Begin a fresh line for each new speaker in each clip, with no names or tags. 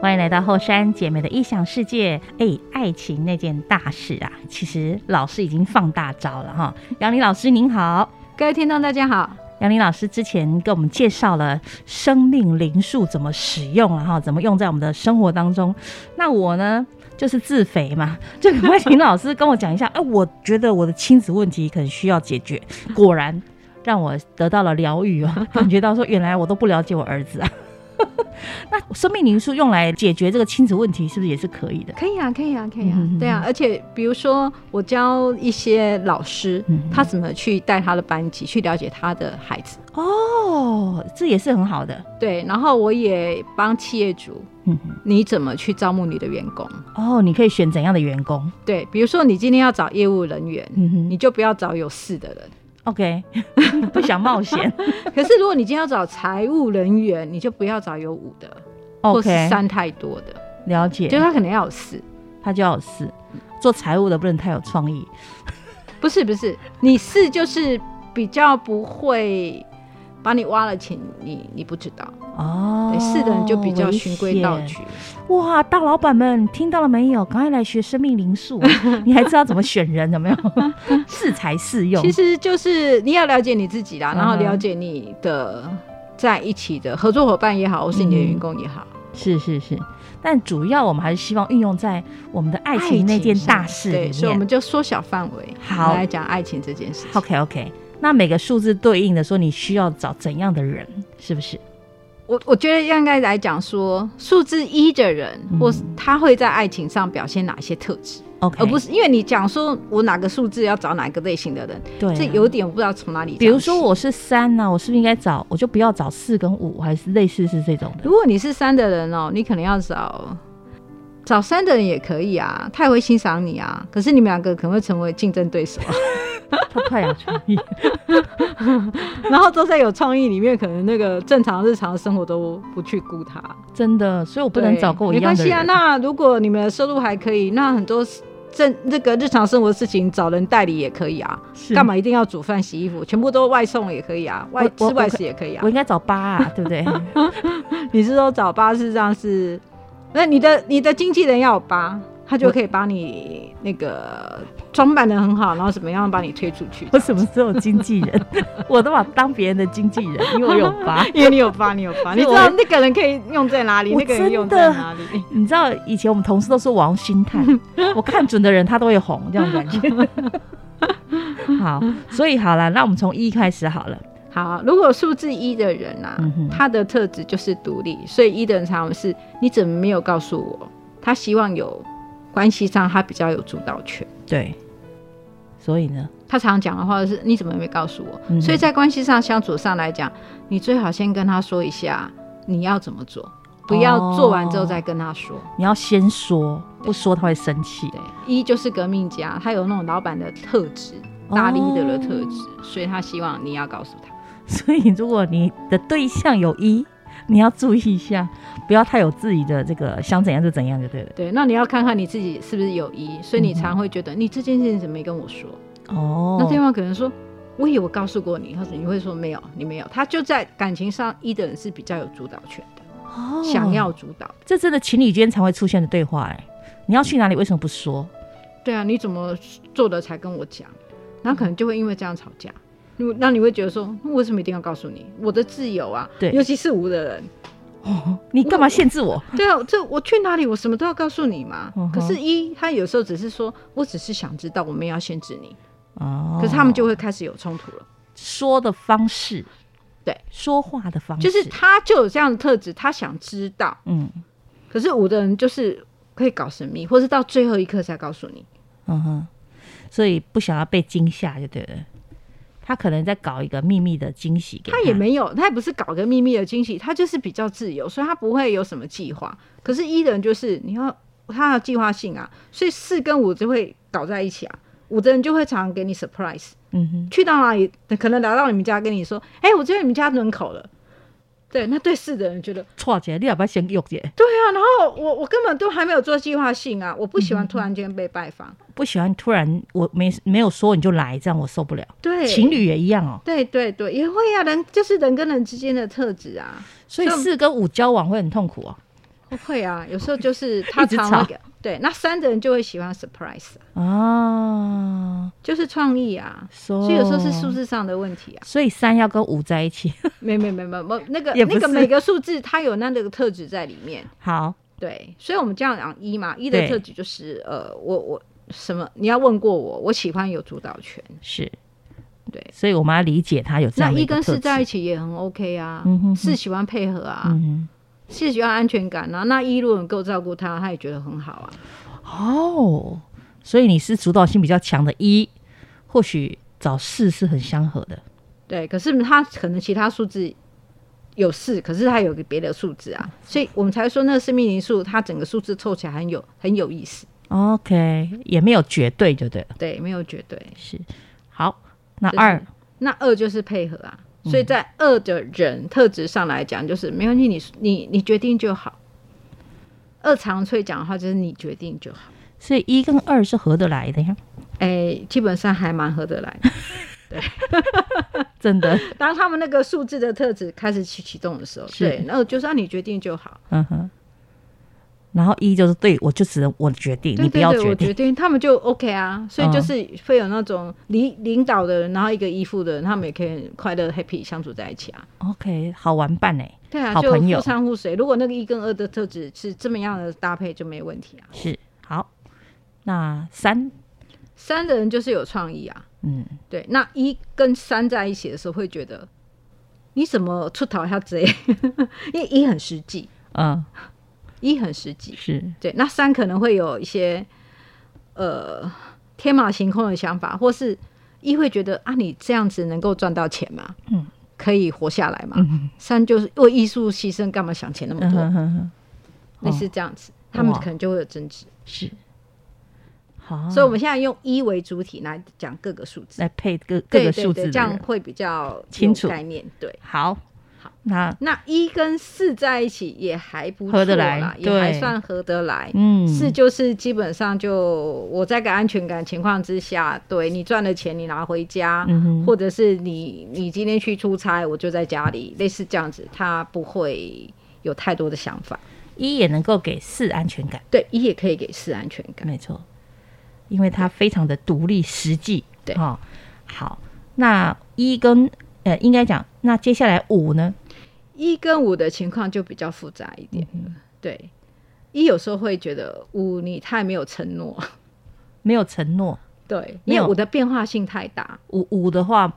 欢迎来到后山姐妹的异想世界。哎，爱情那件大事啊，其实老师已经放大招了哈。杨林老师您好，
各位听众大家好。
杨林老师之前给我们介绍了生命灵数怎么使用啊了哈，怎么用在我们的生活当中。那我呢，就是自肥嘛，就可不可以请老师跟我讲一下？哎、我觉得我的亲子问题可能需要解决。果然让我得到了疗愈 哦，感觉到说原来我都不了解我儿子 啊。那生命灵数用来解决这个亲子问题，是不是也是可以的？
可以啊，可以啊，可以啊，
嗯嗯嗯
对啊。而且比如说，我教一些老师，
嗯
他怎么去带他的班级，去了解他的孩子。
哦，这也是很好的。
对，然后我也帮企业主，
嗯，
你怎么去招募你的员工？
哦，你可以选怎样的员工？
对，比如说你今天要找业务人员，
嗯哼
你就不要找有事的人。
，OK，不 想冒险。
可是如果你今天要找财务人员，你就不要找有五的， 或是
OK，
三太多的，
了解。
就是他可能要有事。
他就要有事。做财务的不能太有创意，
不是不是，你是就是比较不会把你挖了钱，你你不知道，
哦
对，，是的，你就比较循规蹈
危险。
矩。
哇，大老板们听到了没有？赶快来学生命灵 数，你还知道怎么选人，有没有？适才适用。
其实就是你要了解你自己啦，然后
嗯哼
了解你的在一起的合作伙伴也好，或是你的员工也好。
是是是，但主要我们还是希望运用在我们的爱情那件大事
对，
里
所以我
面
们。就缩小范围，
好
我们来讲爱情这件事情。
OK OK，那每个数字对应的说你需要找怎样的人，是不是？
我我觉得应该来讲说，数字一的人，
嗯
或是他会在爱情上表现哪些特质，
OK，
哦而不
是
是因为你讲说我哪个数字要找哪个类型的人，
对啊、
这有点我不知道从哪里。
比如说，我是三呢、我是不是应该找我就不要找四跟五，还是类似是这种的？
如果你是三的人哦，你可能要找找三的人也可以啊，他也会欣赏你啊。可是你们两个可能会成为竞争对手，啊
他太有创意，
然后都在有创意里面，可能那个正常日常生活都不去顾他，
真的，所以我不能
对
找跟我一
没
样
关
的
系啊。
人。
那如果你们的收入还可以，那很多正那个日常生活事情找人代理也可以啊。
是
干？嘛一定要煮饭、洗衣服？全部都外送也可以啊，外
我
吃外食也可以啊
我。应该找八 啊，对不对？
你是说找八，事实上是，那你的你的经纪人要有八，他就可以把你那个装扮的很好，然后怎么样把你推出去？
我什么时候有经纪 人？我都把当别人的经纪人，因为我有八。
因为你有八，你有八，你知道那个人可以用在哪里，
我
那个人用
真
在
的
哪里。
你知道以前我们同事都说我王心 态，我看准的人他都会红，这种感觉。 好，所以好了，那我们从一开始好了。
好，啊如果数字一的人啊，
嗯哼
他的特质就是独立，所以一的人常常是你怎么没有告诉我？他希望有关系上他比较有主导权。
对，所以呢，
他常讲的话是：“你怎么没告诉我？”
嗯
所以在关系上相处上来讲，你最好先跟他说一下你要怎么做，不要做完之后再跟他说。
你要先说，不说他会生气。
对，一就是革命家，他有那种老板的特质，
哦
大 leader 的特质，所以他希望你要告诉他。
所以，如果你的对象有一，你要注意一下，不要太有自己的这个想怎样就怎样就对了。
对，那你要看看你自己是不是有一，所以你常会觉得、你这件事情怎么没跟我说？
哦
那对方可能说。我以为我告诉过你，他说你会说没有，你没有。他就在感情上，一的人是比较有主导权的，
哦
想要主导。
这真的情侣间才会出现的对话哎、你要去哪里？为什么不说？
对啊，你怎么做的才跟我讲？然后可能就会因为这样吵架。如那你会觉得说，那为什么一定要告诉你我的自由啊？
对
尤其是无的人，
你干嘛限制我？
对啊，这我去哪里，我什么都要告诉你嘛。
嗯哼
可是一，他有时候只是说我只是想知道，我没有要限制你。
哦，
可是他们就会开始有冲突了。
说的方式，
对，
说话的方式，
就是他就有这样的特质，他想知道，
嗯
可是无的人就是可以搞神秘，或是到最后一刻才告诉你。
嗯哼，所以不想要被惊吓就对了。他可能在搞一个秘密的惊喜给
他也没有，他也不是搞个秘密的惊喜，他就是比较自由，所以他不会有什么计划。可是一的人就是你要他要计划性啊，所以四跟五就会搞在一起啊。五的人就会常常给你 surprise，
嗯哼，
去到哪里可能来到你们家跟你说，哎、我就在你们家门口了。对，那对四的人觉得，
错姐，你要不要先用姐？
对啊，然后我我根本都还没有做计划性啊，我不喜欢突然间被拜访。
不喜欢突然我没没有说你就来，这样我受不了。
对，
情，侣也一样哦，
对对对，也会啊，人就是人跟人之间的特质啊。
所以
所以
四跟五交往会很痛苦哦。
会啊，有时候就是 他
一直
常
吵
会给对，那三的人就会喜欢 surprise，啊
哦，
就是创意啊。
所
所以有时候是数，字上的问题啊，
所以三要跟五在一 起。
没没没没没，那个
哦也不
那个
是
每个数字它有那个特质在里面，
好，
对，所以我们这样讲一嘛，一的
对
特质就是呃，我我什么你要问过我，我喜欢有主导 权，
是，
对，
所以我们要理解他有这
那
样的
一
个
跟
特
四在
质
一起也很 OK 啊，
嗯哼哼
四喜欢配合啊，
嗯
四喜欢安全感啊，那一如果能够照顾他，他也觉得很好啊，
哼，哦，所以你是主导性比较强的一，或许找四是很相合的。
对，可是他可能其他数字。有四，可是他有个别的数字啊，所以我们才说那个生命灵数，它整个数字凑起来很有很有意思。
OK，也没有绝对，就对了。
对，没有绝对。
是，好，那
就是
二
那二就是配合啊，所以在二的人特质上来讲，就是没关系，你你你决定就好。二常翠讲的话就是你决定就好，
所以一跟二是合得来的呀，
哎、基本上还蛮合得来的。
真的。
当他们那个数字的特质开始去启动的时候，
是
对，那就是让你决定就好。
嗯哼。然后一就是对我就只能我决定，
对
你不
对
要
对，
决
我
定嗯
决。定，他们就 OK 啊。所以就是会有那种领领导的人，然后一个依附的人，他们也可以很快乐 happy 相处在一起啊。
OK，好玩伴哎、
对啊，
好
就
朋友
互相互随。如果那个一跟二的特质是这么样的搭配，就没问题啊。
是好。那三，
三的人就是有创意啊，
嗯，
对。那一跟三在一起的时候，会觉得你怎么出逃下贼？ 因为一很实际，
嗯，
一很实际。
是
对，那三可能会有一些呃天马行空的想法，或是一会觉得啊，你这样子能够赚到钱吗？
嗯，
可以活下来吗？三就是为艺术牺牲，干嘛想钱那么
嗯
多？
哼哼哼，
类似这样子，他们
哇哦
可能就会有争执。
是好。
所以我们现在用一为主体来讲各个数字。
来配各各
对
个
对
数字
对
的
这样
人
会比较
清楚
有概念。对，
好，
好，
那
那一跟四在一起也还不错啦
合得来
也还
对
算合得来。
嗯
四就是基本上就我在个安全感情况之下，对你赚了钱你拿回家，
嗯哼
或者是你你今天去出差，我就在家里，类似这样子，他不会有太多的想法。
一也能够给四安全感，
对，一也可以给四安全感。
没错，因为它非常的独立实际。
对
哦，好，那一跟呃，应该讲，那接下来五呢？
一跟五的情况就比较复杂一点
嗯
了。对，一有时候会觉得五你太没有承诺，
没有承诺，
对，
没
因为
有
五的变化性太大，
五五的话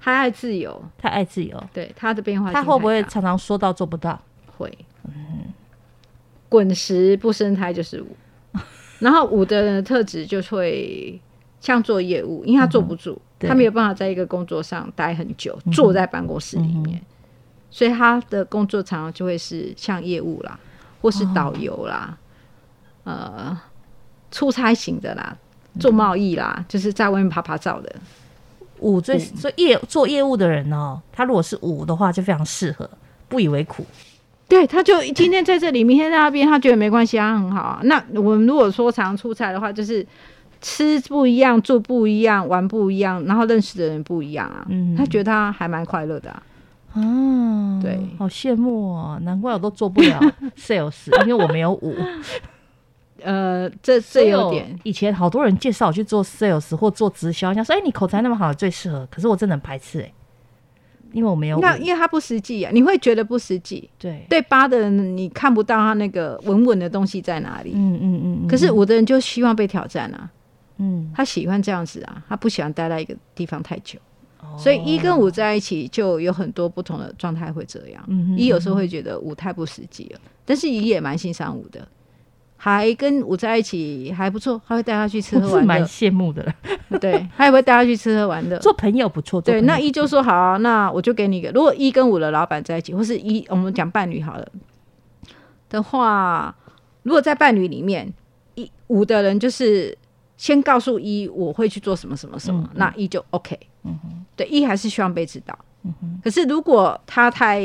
他爱自由，
太爱自由，
对他的变化性
他会不会
太大
常常说到做不到？
会？滚石不生胎就是五，然后五的人的特质就会像做业务，因为他坐不住，
对
他没有办法在一个工作上待很久，坐在办公室里面，所以他的工作常常就会是像业务啦，或是导游啦，呃，出差型的啦，做贸易啦，就是在外面拍拍照的。
五最所以业做业务的人哦，他如果是五的话，就非常适合，不以为苦。
对，他就今天在这里，明天在那边，他觉得没关系，他很好啊。那我们如果说常出差的话，就是吃不一样，住不一样，玩不一样，然后认识的人不一样啊。
嗯
他觉得他还蛮快乐的、啊。
啊，
对
好羡慕哦，难怪我都做不 了 sales，因为我没有五。
呃，这 这有点，
以前好多人介绍我去做 sales 或做直销，想说哎、你口才那么好，最适合。可是我真的很排斥哎、因为我没有五
那因为他不实际啊，你会觉得不实际。
对，
对八的人，你看不到他那个稳稳的东西在哪里。
嗯嗯嗯嗯，
可是五的人就希望被挑战啊，
嗯，
他喜欢这样子啊，他不喜欢待在一个地方太久。
哦
所以一跟五在一起就有很多不同的状态会这样。
嗯哼
一有时候会觉得五太不实际了，但是一也蛮欣赏五的，还跟五在一起还不错，还会带他去吃
我
喝
是
玩
蛮
乐，
羡慕 的了，
对，他也会带他去吃喝玩乐。
做朋友不错。做
对，
朋友
那一就说好啊、那我就给你一个。如果一跟五的老板在一起，或是一我们讲伴侣好了的话，如果在伴侣里面，一五的人就是先告诉一我会去做什么什么什么，那一就 OK。嗯对，一还是希望被知道。嗯可是如果他太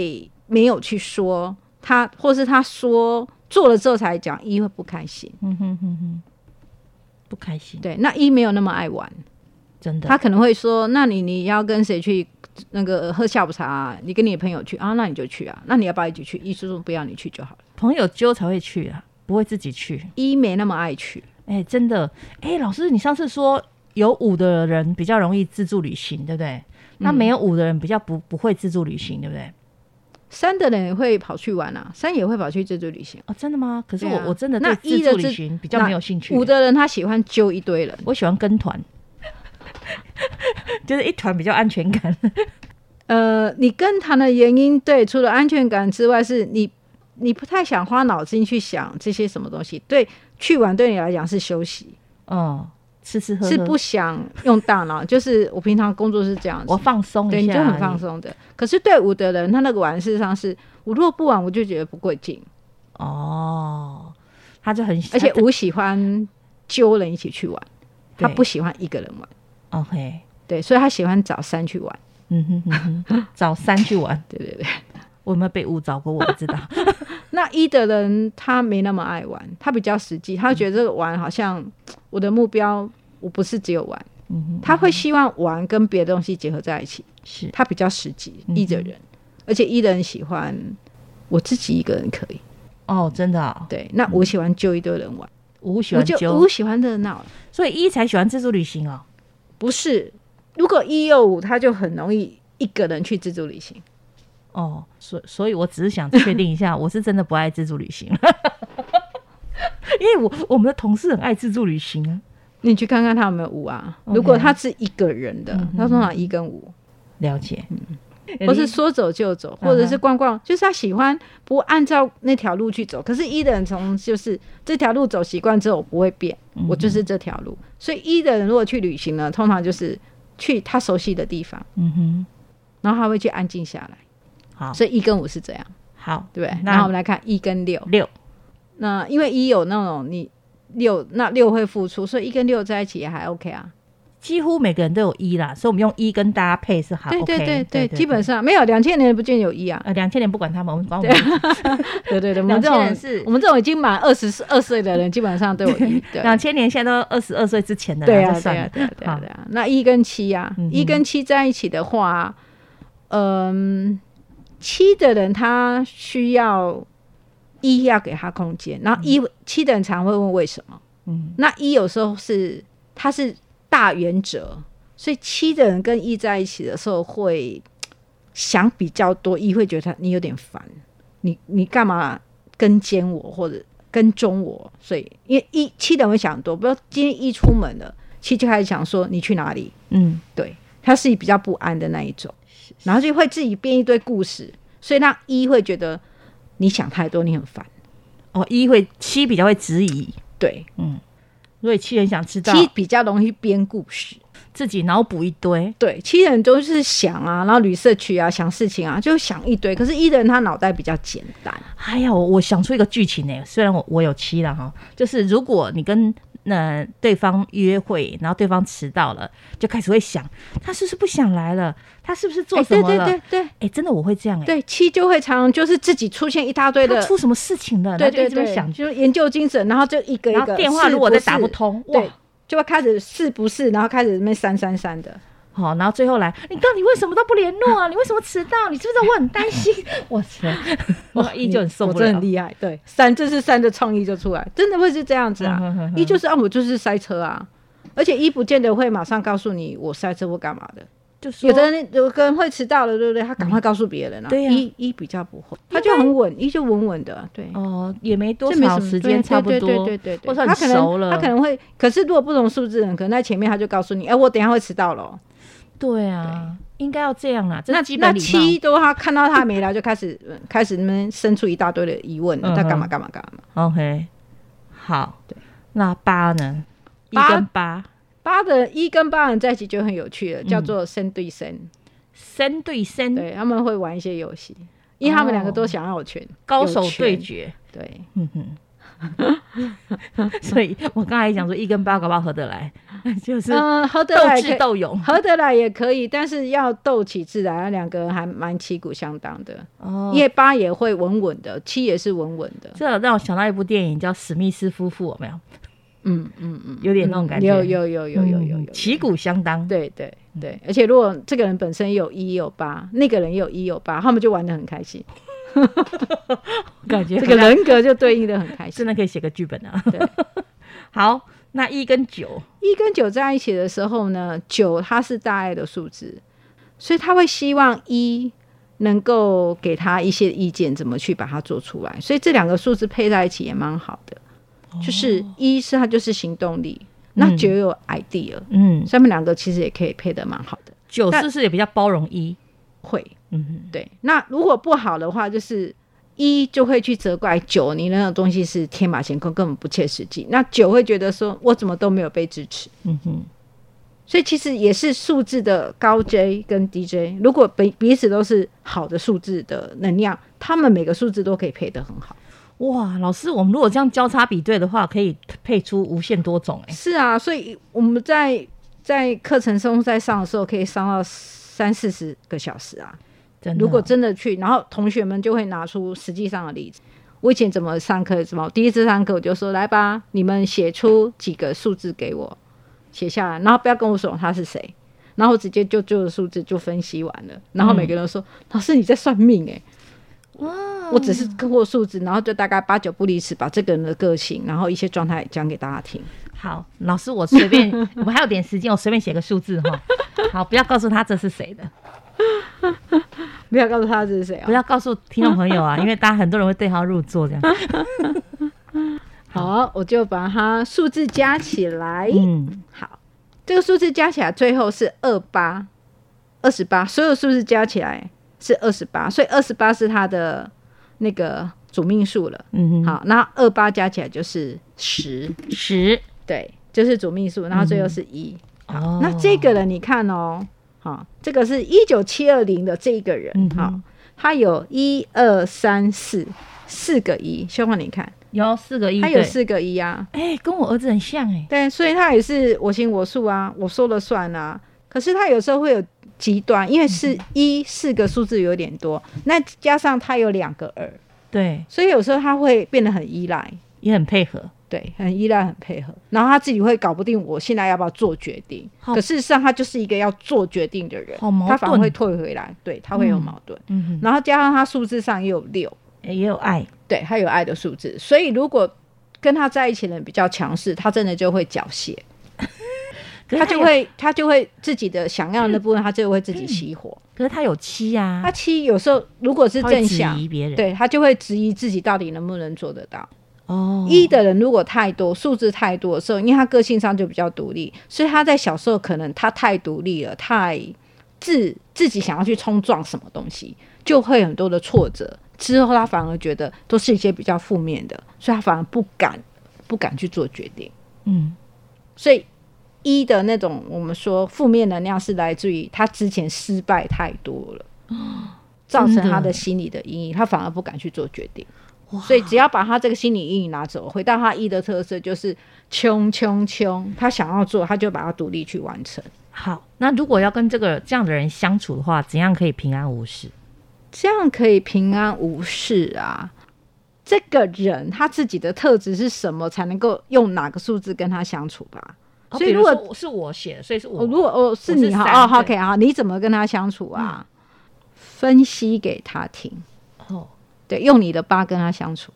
没有去说，他或是他说做了之后才讲，一会不开心。
嗯哼哼哼，不开心。
对，那一没有那么爱玩，
真的
他可能会说，那你你要跟谁去那个喝下午茶啊、你跟你的朋友去啊，那你就去啊。那你要不要一起去？医生说不要你去就好了。
朋友揪才会去啊，不会自己去。
一没那么爱去，
哎、真的，哎、老师，你上次说有舞的人比较容易自助旅行，对不对？
嗯
那没有舞的人比较不不会自助旅行，对不对？
三的人也会跑去玩啊，三也会跑去自助旅行。
哦，真的吗？可是我、
对啊
我真的对
那
自
一
助
的
旅
自
行比较
那
没有兴趣。
五的人他喜欢揪一堆人，
我喜欢跟团， 就是一团比较安全感。
呃，你跟团的原因，对，除了安全感之外，是你你不太想花脑筋去想这些什么东西。对，去玩对你来讲是休息，
嗯，吃吃喝喝
是不，想用大脑。就是我平常工作是这样子
我，放松一下，
对，你就很放。松的。可是对舞的人，他那个玩事实上是，我如果不玩，我就觉得不过劲，
啊哦，他就很，
而且舞喜欢揪人一起去玩，他
对
不喜欢一个人玩。
OK，
对，所以他喜欢找山去玩。
嗯哼嗯哼，找山去玩，
对对对。
我有没有被误找过？我不知道。
那一的人他没那么爱玩，他比较实际，他觉得这个玩好像我的目标，我不是只有玩，
嗯哼，
他会希望玩跟别的东西结合在一起，
是
他比较实际。
嗯哼
一的人，而且一的人喜欢我自己一个人可以，
哦，真的、哦，
对，那我喜欢揪一堆人玩，
我喜
我
欢
就
揪
我，喜欢热闹，
所以一才喜欢自助旅行哦。
不是，如果一又五，他就很容易一个人去自助旅行。
哦，所所以，我只是想确定一下，我是真的不爱自助旅 行，因为我我们的同事很爱自助旅行啊。
你去看看他有没有五啊？嗯
OK
如果他是一个人的，他通常一跟五。
了解，
嗯或是说走就走，或者是逛逛，就是他喜欢不按照那条路去走。可是，一的人从就是这条路走习惯之后，我不会变，
嗯
我就是这条路。所以，一的人如果去旅行呢，通常就是去他熟悉的地方，
嗯哼，
然后他会去安静下来。
好
所以一跟五是这样，
好，
对不对？
那
然后我们来看一跟六，
六
那因为一有那种你六，那六会付出，所以一跟六在一起也还 OK 啊。
几乎每个人都有一啦，所以我们用一跟大家配是好。
对
啊 OK，
对对，基本
上
上没啊有两千年不见有一啊。
呃两千年不管他们，我们 管我们
对对对，
两
我们这
千人
种
是
我们这种已经满二十二岁的人，基本上都有 一对啊
两千年现在都二十二岁之前的啦，
对啊
就
对
算
啊
了
对啊对啊
好
对啊。那一跟七呀
嗯哼，
一跟七在一起的话，嗯，七的人他需要一要给他空间，然后一七的人常会问为什么，
嗯，
那一有时候是他是大原则，所以七的人跟一在一起的时候会想比较多，一会觉得他你有点烦，你你干嘛跟监我或者跟踪我？所以因为一七的人会想很多，不知道今天一出门了，七就开始想说你去哪里？
嗯，
对，他是比较不安的那一种，然后就会自己编一堆故事，所以让一会觉得你想太多，你很烦。
哦，一会七比较会质疑，
对，
所以七很想知道
嗯七比较容易编故事。
自己脑补一堆，
对，七人都是想啊，然后旅社区啊，想事情啊，就想一堆。可是，一人他脑袋比较简单，
哎呀，我我想出一个剧情呢、虽然我我有七了哈，就是如果你跟呃对方约会，然后对方迟到了，就开始会想他是不是不想来了，他是不是做
哎
什么
对
了？
对对对
哎、真的我会这样哎、
对，七就会常常就是自己出现一大堆
他
的，
出什么事情了？
对
然后就
对
一直在
对，
想，
就是研究精神，然后就一个一
然
个
后电话
是
如果再
是
打不，通，哇
对，，就会开始是不是，然后开始那边删删删的。
好，然后最后来，你到底为什么都不联络啊？你为什么迟到？你知不知道我很担心？ 哇塞，我依旧很受不
嗯我真的
了
很。厉害。对，删这是删的创意就出来，真的会是这样子啊
嗯哼哼。哼
一就是啊，我就是塞车啊，而且一不见得会马上告诉你我塞车或干嘛的。
就说
有的人有个人会迟到了，对不对？他赶快告诉别人啊。
对呀
一一比较不会，他就很稳，一就稳稳的，对。
哦，也没多
这没什
少
么
时间，差不
对对
多，
对对对对
或者
他
很
可能
熟了
他可能会，可是如果不同数字的人，可能在前面他就告诉你，哎，我等一下会迟到了哦。
对啊，应该要这样啦。这
那
是基
那
本礼貌
七都他看到他没来，就开始嗯开始那边生出一大堆的疑问
嗯
了，
哼
他干嘛干嘛干嘛。
OK，好
对，
那八呢？一
八
跟八
八的一跟八人在一起就很有趣了，
嗯
叫做生对生，
三对三，
对他们会玩一些游戏，因为他们两个都想要有权，
高手对
有权，
决。
对，
嗯哼。 所以我刚才讲说一跟八搞不好合得来， 就是
嗯，合得
斗
来
智
可以，
斗勇。
合得来也可以，但是要斗起自然，两个人还蛮旗鼓相当的，
哦
因为八也会稳稳的，七也是稳稳的，
这让我想到一部电影叫《史密斯夫妇》，有没有？
嗯嗯嗯，
有点那种感觉嗯
有有有有有有有，
旗鼓相当。
对对对，而且如果这个人本身也有一也有八，那个人也有一有八，他们就玩的很 开心，
感觉
这个人格就对应的很开
真
心。
的可以写个剧本啊。
对，
好，那一跟九，
一跟九在一起的时候呢，九它是大爱的数字，所以他会希望一能够给他一些意见，怎么去把它做出来。所以这两个数字配在一起也蛮好的，就是一是它就是行动力，那
嗯
九有 idea，、
嗯，
所以他们两个其实也可以配的蛮好的。
九
但
是不是也比较包容一？
会
嗯，
对，那如果不好的话，就是一就会去责怪九，你那种东西是天马行空，根本不切实际。那九会觉得说，我怎么都没有被支持。
嗯哼，
所以其实也是数字的高 J 跟 DJ，如果彼彼此都是好的数字的能量，他们每个数字都可以配得很好。
哇，老师，我们如果这样交叉比对的话，可以配出无限多种哎、
是啊，所以我们在在课程中在上的时候，可以上到三四十个小时啊。
真的。
如果真的去，然后同学们就会拿出实际上的例子。我以前怎么上课？怎么第一次上课我就说：“来吧，你们写出几个数字给我，写下来，然后不要跟我说他是谁。”然后我直接就就数字就分析完了，然后每个人都说：“老师你在算命哎、
哇，
我只是通过数字，然后就大概八九不离十，把这个人的个性，然后一些状态讲给大家听。
好，老师，我随 便，我还有点时间，我随便写个数字哈。好，不要告诉他这是谁的，
不要告诉他这是谁啊
不？要告诉听众朋友啊，因为大家很多人会对号入座这样。
好，我就把它数字加起来。
嗯，
好，这个数字加起来最后是二八，二十八，所有数字加起来是二十八，所以二十八是它的那个主命数了。
嗯哼，
好，那二八加起来就是十，
十
对，就是主命数，然后最后是一、
哦
那这个人你看哦，好，这个是一九七二零的这一个人
嗯，哼
好，他有一二三四四个一，秀芳你看，
有四个一，
他有
对，
四个一啊，
哎、跟我儿子很像哎、
对，所以他也是我行我素啊，我说了算啊。可是他有时候会有极端，因为
嗯
是一四个数字有点多，那加上他有两个二，
对，
所以有时候他会变得很依赖，
也很配合。
对，很依赖，很配合。然后他自己会搞不定，我现在要不要做决定？
好
可事实上，他就是一个要做决定的人
好矛，
他反而
盾
会退回来，对他会有矛盾。
嗯
然后加上他数字上也有六，
哼，哎也有爱。
对他有爱的数字，所以如果跟他在一起的人比较强势，他真的就会缴械。
可是
他就
有，
会他就会自己的想要的那部分，他就会自己熄火。
可是他有七啊
他，其实有时候如果是
嗯他会
正
质
向，
疑别人。，
对他就会质疑自己到底能不能做得到。
哦，
一的人如果太多数字太多的时候，因为他个性上就比较独立，所以他在小时候可能他太独立了，太自自己想要去冲撞什么东西，就会很多的挫折。之后他反而觉得都是一些比较负面的，所以他反而不敢不敢去做决定。
嗯，
所以一的那种我们说负面能量是来自于他之前失败太多了，造成他的心理的阴影，他反而不敢去做决定。所以只要把他这个心理阴影拿走，回到他一的特色就是穷穷穷，他想要做，他就把它独立去完成。
好。那如果要跟这个这样的人相处的话，怎样可以平安无事？
这样可以平安无事啊。这个人他自己的特质是什么，才能够用哪个数字跟他相处吧？
哦
所以
比
如果
说是我写的，所以是
哦，如果哦是
我是
你哈
三嗯
哦好
对
，OK 好，你怎么跟他相处啊？分析给他听，
哦
对，用你的八跟他 相处，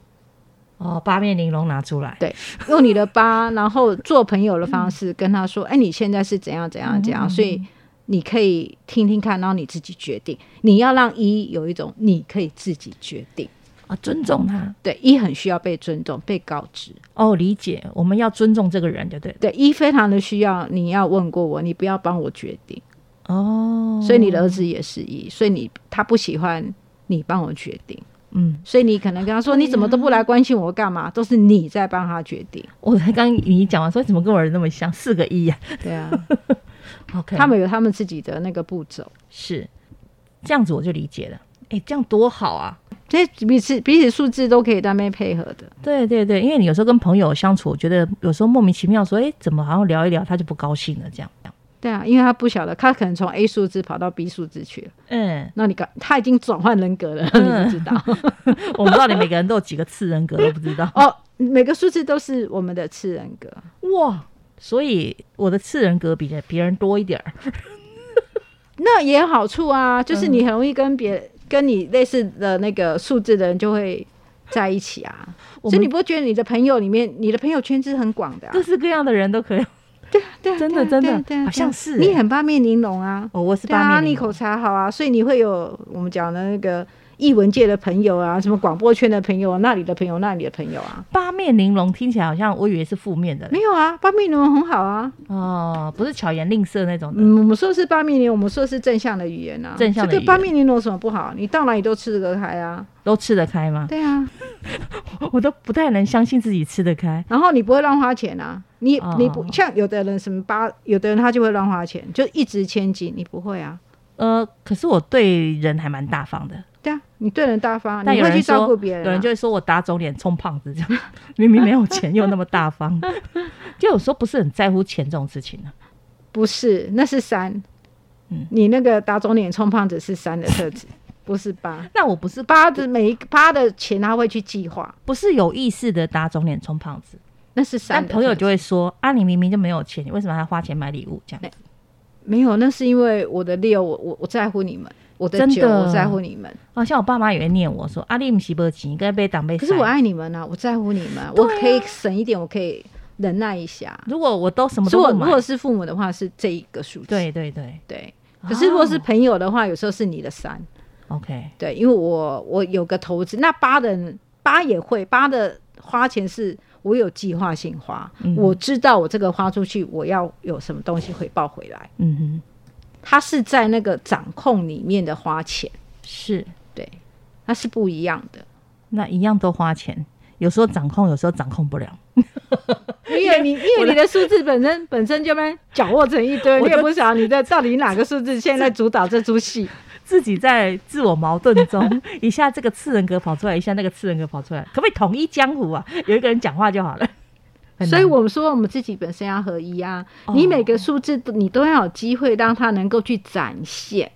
哦，八面玲珑拿出来。
对，用你的八，然后做朋友的方式跟 他说，哎、你现在是怎样怎样
嗯
怎样，所以你可以听听看，然后你自己决定，你要让一有一种你可以自己决定，
啊，尊重他。
对，一很需要被尊重、被告知，
哦，理解，我们要尊重这个人就对了。
对，一非常的需要你要问过我，你不要帮我决定，
哦，
所以你的儿子也是一，所以你他不喜欢你帮我决定。
嗯，啊
所以你可能跟他说：“你怎么都不来关心我干嘛？”都是你在帮他决 定。
我才刚你讲完说怎么跟我儿子那么像，四个一呀、
对 啊，
OK，
他们有他们自己的那个步骤。
是这样子，我就理解了。哎、这样多好啊！
所以彼此彼此数字都可以当面配合的。
对对对，因为你有时候跟朋友相处，我觉得有时候莫名其妙说，哎、怎么好像聊一聊他就不高兴了这样。
对对啊，因为他不晓得，他可能从 A 数字跑到 B 数字去了。
嗯，
那你搞他已经转换人格了，
嗯
你不知道
我不知道你每个人都有几个次人格，都不知道
哦。每个数字都是我们的次人格，
哇。所以我的次人格比别人多一点儿，
那也有好处啊，就是你很容易跟别、跟你类似的那个数字的人就会在一起啊。
我
所以
们
你不会觉得你的朋友里面，你的朋友圈是很广的、啊
各，式各样的人都可以。
对啊，对啊，
真的
对啊
真的
对啊对啊
好像
对啊
是欸
你很八面玲珑啊，
哦，我是
对
八
啊，
面
你
玲
口
珑，
才好啊，所以你会有我们讲的那个艺文界的朋友啊，什么广播圈的朋友啊，那里的朋友，那里的朋友啊，
八面玲珑听起来好像我以为是负面的嘞
没有啊，八面玲珑很好啊，
哦，不是巧言令色那种 的。
嗯，我们说是八面玲珑，我们说是正向的语言啊，
正向的
这
语言
个八面玲珑有什么不好？啊你到哪里都吃得开啊，
都吃得开吗？
对啊，
我都不太能相信自己吃得开。
然后你不会乱花钱啊。你
哦
你不像有的人什么八，有的人他就会乱花钱，就一掷千金，你不会啊？
呃，可是我对人还蛮大方的。
对啊，你对人大方，
但
你
有
会
人
去照
说
顾别人、啊，
有人就会说我打肿脸充胖子，这样 明明没有钱又那么大方， 就有时候不是很在乎钱这种事情呢、啊
不是，那是三。
嗯
你那个打肿脸充胖子是三的特 质，不是八。
那我不是
八的每一个八的钱他会去计划，
不是有意识的打肿脸充胖子，
那是三
但
的特质。
朋友就会说啊，你明明就没有钱，你为什么还要花钱买礼物？这样
对没有，那是因为我的六，我我我在乎你们，我的
真的
九我在乎你们，
啊，像我爸妈也会念我说啊，你不是没啊钱，跟被挡被
可是我爱你们啊，我在乎你们，我可以省一点，我可以忍耐一下。
如果我都什么
如
都
果
不
如
买，
果是父母的话，是这一个数字。
对对对
对。可是如果是
哦
朋友的话，有时候是你的三。
，OK，
对，因为我我有个投资，那八的人八也会八的花钱是我有计划性花，
嗯
我知道我这个花出去我要有什么东西回报回来，
嗯哼，
它是在那个掌控里面的花钱，
是
对，它是不一样的。
那一样都花钱，有时候掌控，有时候掌控不了。
因为你因为你的数字本身本身就被搅和成一 堆，
我
你
就
也不晓得你在到底哪个数字现在主导这出戏。
自己在自我矛盾中，一下这个次人格跑出来，一下那个次人格跑出来，可不可以统一江湖啊？有一个人讲话就好了。很难
所以我们说我们自己本身要合一啊，
哦
你每个数字你都要有机会让它能够去展现。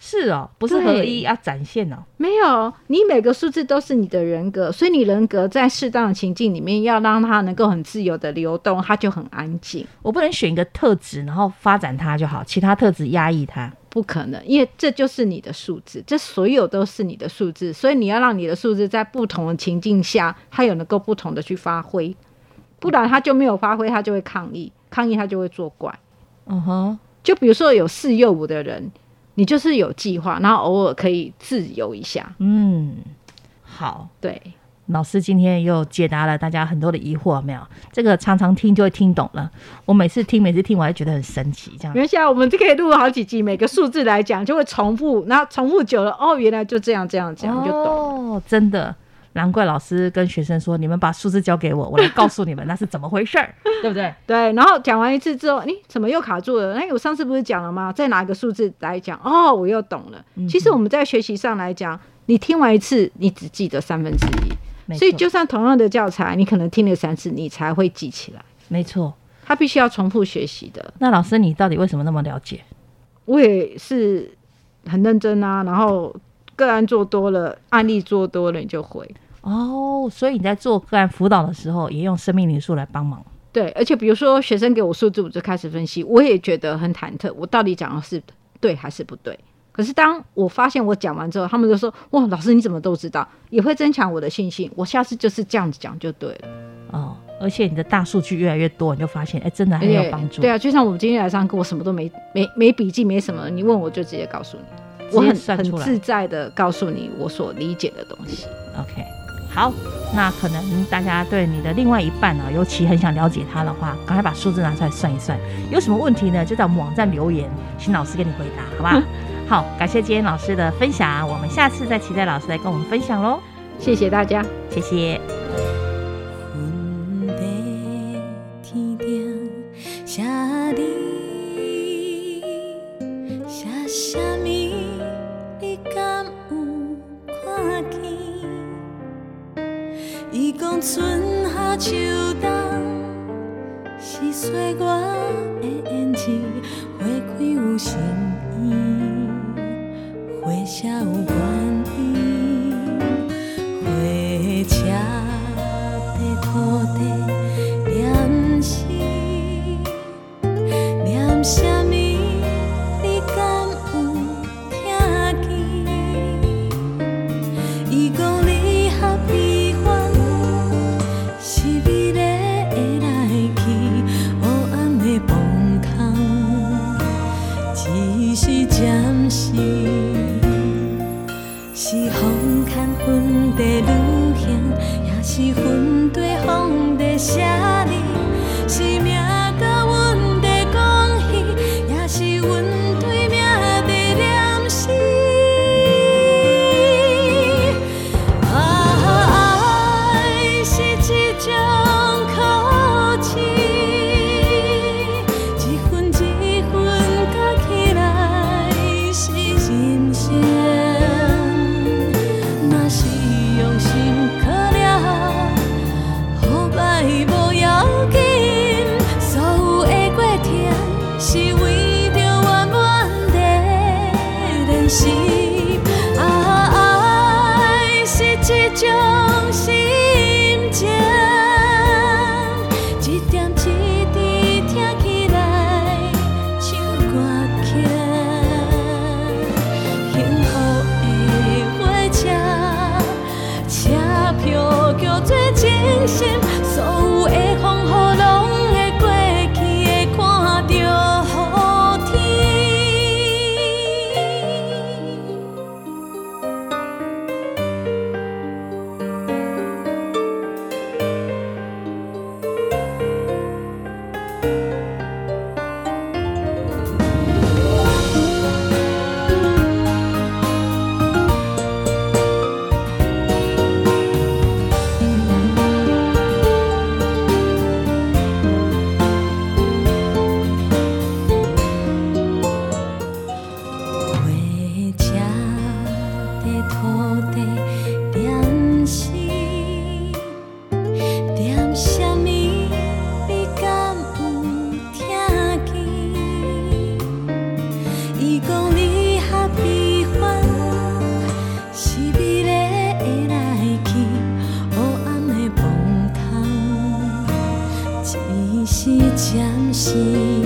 是哦，不是
对
合一啊，展现哦。
没有，你每个数字都是你的人格，所以你人格在适当的情境里面，要让它能够很自由的流动，它就很安静。
我不能选一个特质，然后发展它就好，其他特质压抑它。
不可能，因为这就是你的数字，这所有都是你的数字，所以你要让你的数字在不同的情境下，它有能够不同的去发挥，不然它就没有发挥，它就会抗议，抗议它就会作怪。
嗯哼，
就比如说有四又五的人，你就是有计划，然后偶尔可以自由一下，
嗯，好。
对。
老师今天又解答了大家很多的疑惑，有没有？这个常常听就会听懂了。我每次听，每次听，我还觉得很神奇，这样
原先我们就可以录好几集，每个数字来讲就会重复，然后重复久了，哦，原来就这样这样这样，你就懂。
哦，真的，难怪老师跟学生说，你们把数字交给我，我来告诉你们那是怎么回事 儿，对不对？
对，然后讲完一次之后，诶，怎么又卡住了？哎，我上次不是讲了吗？再拿一个数字来讲，哦，我又懂了。
嗯
其实我们在学习上来讲，你听完一次，你只记得三分之一，
没
所以
错
就算同样的教材，你可能听了三次，你才会记起来。
没错。
它必须要重复学习的。
那老师，你到底为什么那么了解？
我也是很认真啊，然后个案做多了，案例做多了，你就会。
哦，所以你在做个案辅导的时候，也用生命灵数来帮忙。
对，而且比如说学生给我数字，我就开始分析，我也觉得很忐忑，我到底讲的是对还是不对？可是当我发现我讲完之后，他们就说：“哇，老师你怎么都知道？”也会增强我的信心。我下次就是这样子讲就对了，
哦，而且你的大数据越来越多，你就发现，哎，真的很有帮助。
对啊，就像我们今天来上课，我什么都没没没笔记，没什么，你问我就直接告诉你，
直接
我很
算
很
出来
自在的告诉你我所理解的东西。
OK，好，那可能大家对你的另外一半呢、啊尤其很想了解他的话，赶快把数字拿出来算一算。有什么问题呢？就在我们网站留言，请老师给你回答，好不好？好，感谢今天老师的分享，我们下次再期待老师来跟我们分享喽，
谢谢大家。
谢谢。
云在天顶，写你写什么？你敢有看见？伊讲春夏秋冬是岁月的延迟，花心意，火车有原因，火车在苦地念诗，念什么？你敢有听见？伊讲你合悲欢。是美丽的来去，黑暗的梦空，只是暂时。是风牵云地旅行，也是云对风地写字，是命甲阮地讲戏，也是阮对命地念诗。啊，爱是一种考试，一分一分加起来是人生。若是用心考了，好歹无要紧，所有的过程是为着圆满的练习。啊，爱是一种心情，一点一滴听起来像歌曲。幸福的火车，车票叫做真心，所有的风雨拢会过去，会看到好天。火车在土地念诗，念什么？你敢有听见？伊讲你合悲欢，是美丽的来去，黑暗的梦空，只是暂时。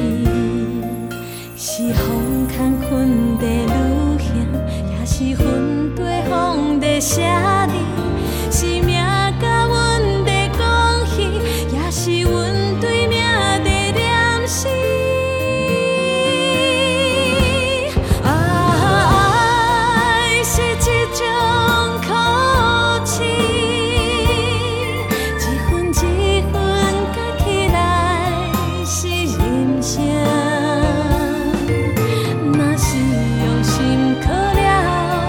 是风牵云地旅行，也是云对风地写字，是命甲阮地讲戏，也是阮对命地念诗。啊，爱是一种考试，一分一分加起来是人生。若是用心考了，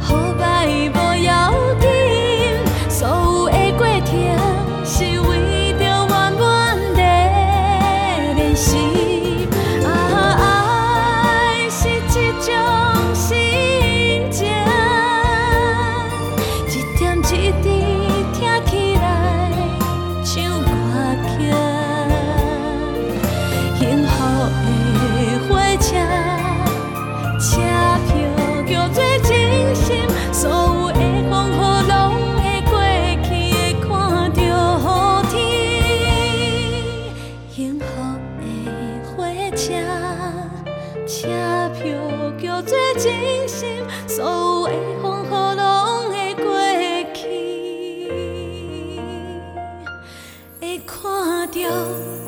好歹无要紧，所有的过程是为着圆满的练习。啊，爱是一种心情，一点一滴听起来像歌曲。幸福的火车，车票叫做真心，所有的风雨拢会过去，会看到好天。幸福的火车，车票叫做真心，所有的风雨拢会过去，会看到。